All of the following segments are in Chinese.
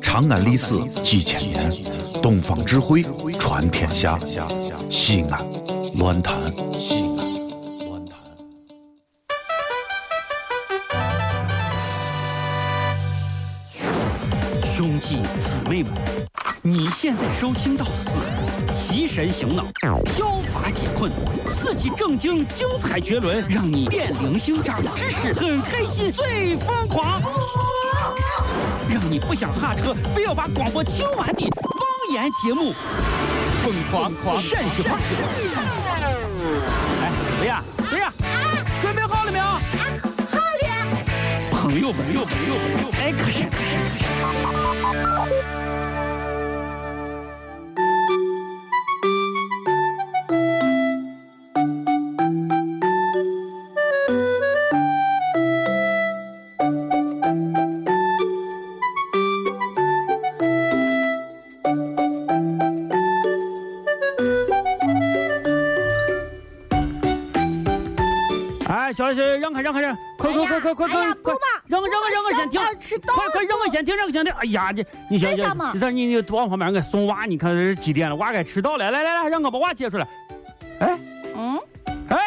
长安历史几千年，东方智慧传天下。西安，乱谈西安，乱谈。兄弟姊妹们，你现在收听到的是提神醒脑、消乏解困、刺激正经、精彩绝伦，让你变零星长知识，很开心，最疯狂，让你不想下车，非要把广播听完的方言节目，疯狂狂陕西话。哎，谁呀？谁呀？准备好了没有？朋友们，朋友们，朋友们，朋友们哎，可是可是。哎，小心让开，让开，让开，快快快快快哎快呀快不嘛，让开让开让开，先停，上班迟到了快快让开先停，让开先停。哎呀，这你行为啥行，嘛这事儿你你往旁边给送娃，你看这几点了，娃该迟到了，来来来，让我把娃接出来。哎嗯，哎，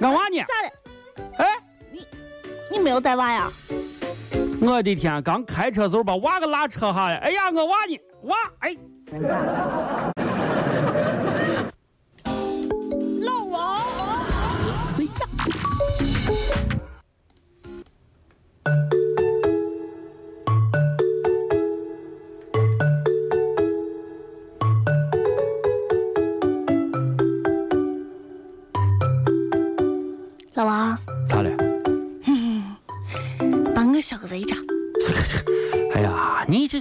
干娃呢？咋了？哎，你没有带娃呀？我的天，刚开车时候把娃给拉车下来，哎呀，我娃呢？娃，哎，老王，谁呀？老王，咋了？把我小个围着。哎呀，你这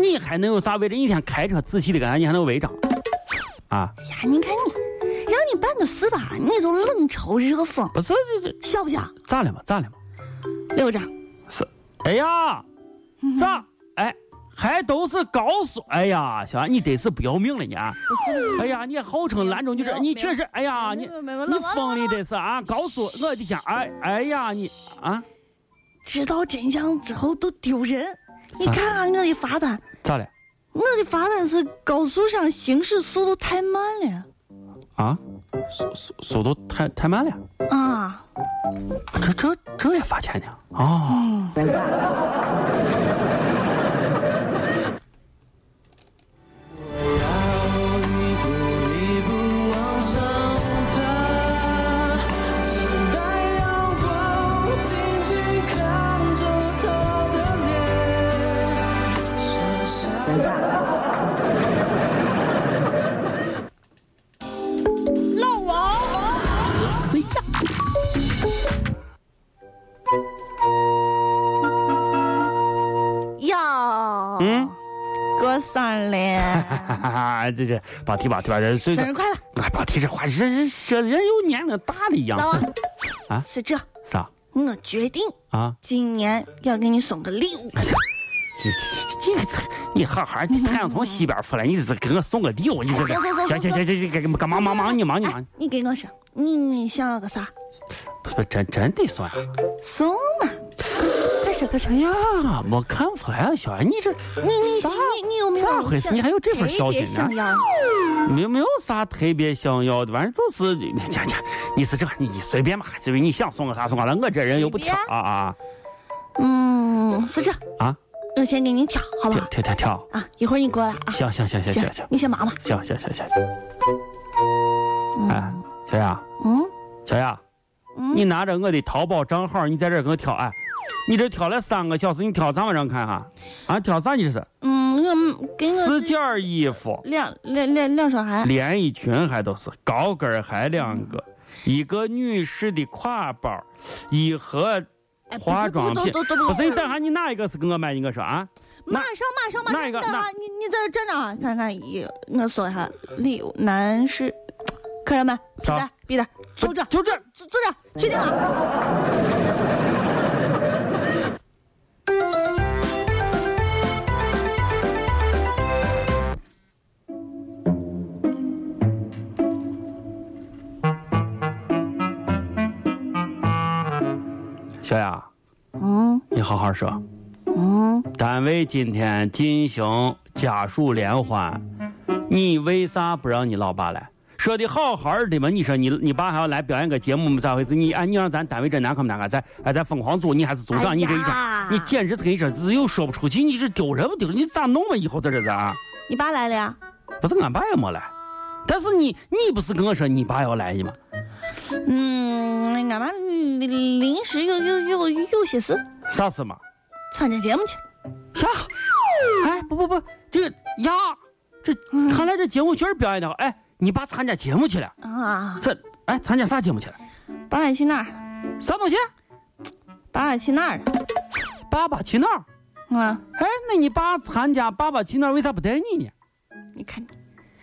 你还能有啥围着？一天开车仔细的干啥？你还能违章？啊，呀，你看你，让你办个事吧，你就冷嘲热讽，啊不是这这笑不笑？咋了嘛？咋了嘛？留着。是，哎呀，咋？哎，还都是高速。哎呀，小安，你得是不要命了你啊！哎呀，你号称兰州女这，你确实，哎呀，你你疯了这是啊！高速，我的天，哎哎呀，你啊，知道真相之后都丢人。你啥看看我的罚单，咋了？我的罚单是高速上行驶速度太慢了啊，速速速度太太慢了，啊！这这这也罚钱呢？哦，老王，谁呀？哟，嗯，过生了，哈哈，这这把提把提 啊把这岁数生日，快乐，哎，把提这话，人人说人有年龄大了一样老，王。啊是这，啥我决定啊？今年要给你送个礼物。这这这这个，你好好，你太阳从西边出来，你这给我送个礼物，你这个，行行行行行，干忙忙忙你忙你忙，哎你给我说，你你想要个啥？不是真真得算送嘛，快说快说哎。呀，没看出来啊，小安，你这你你啥你你有没有咋回事想你还有这份孝心呢特别想要没没有啥特别想要的，反正就是你你你你是这，你你随便吧，随便你想送个啥送个啥，我这人又不挑啊啊嗯，是这，啊，我先给你挑，好不跳好？跳跳跳，啊，一会儿你过来啊。行行行行行行你先忙吧。行行行行，哎，小雅。嗯，小雅，你拿着我的淘宝账号，你在这儿给我挑，哎，你这挑了三个小时，你挑啥玩意儿？看哈，啊，挑啥你这是？嗯，我给我四自己件儿衣服，两两两两双鞋，连衣裙还都是高跟儿还两个，嗯一个女士的挎包，一盒哎化妆品。不不不不不不是你等下你哪一个是给我买的？我说啊，马上马上马那一上，你个等啊那，你你在这站着啊，看看一，我搜一下礼物，男士，客人们，闭啥着闭着，坐这就这儿。坐坐这，确定了。小雅，嗯你好好说，嗯，单位今天进行家属联欢，你为啥不让你老爸来？说的好好的嘛，你说你你爸还要来表演个节目，咋回事？你哎，你让咱单位这难堪不难堪？咱哎，咱疯狂组，你还是组长，哎你这一天呀，你简直是跟你说，这又说不出去，你这丢人不丢人？你咋弄嘛？以后这这是啊？你爸来了呀？不是俺爸也没来，但是你你不是跟我说你爸要来的吗？嗯，俺妈嗯临时又又又又些事，啥事嘛？参加节目去。呀，哎，不不不，这个呀，这看来这节目确实表演的好。哎，你爸参加节目去了？啊，这哎，参加啥节目去了？爸爸去那儿，啥东西？爸爸去那儿爸爸去哪儿？啊！哎，那你爸参加爸爸去哪儿，为啥不带你呢？你看你，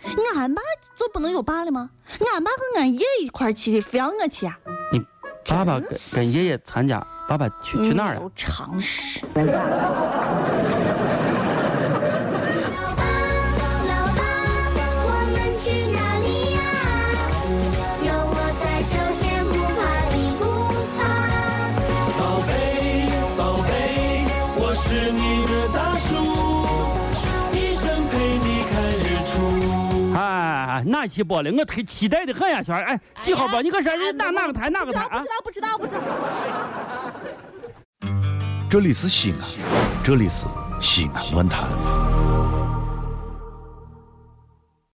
你俺爸就不能有爸了吗？俺爸和俺爷一块儿去的，非要我去啊？你爸爸跟跟爷爷参加爸爸去去哪儿没了嗯有？常识。老爸，我们去哪里呀？有我在，就天不怕地不怕。宝贝，宝贝，我是你的大树，一生陪你看日出。哎，哪期播了？我特期待的很呀，小孩。哎，几号播？你给我说是哪哪个台哪个台啊？不知道，不知道，不知道。这里是西安，这里是西安论坛。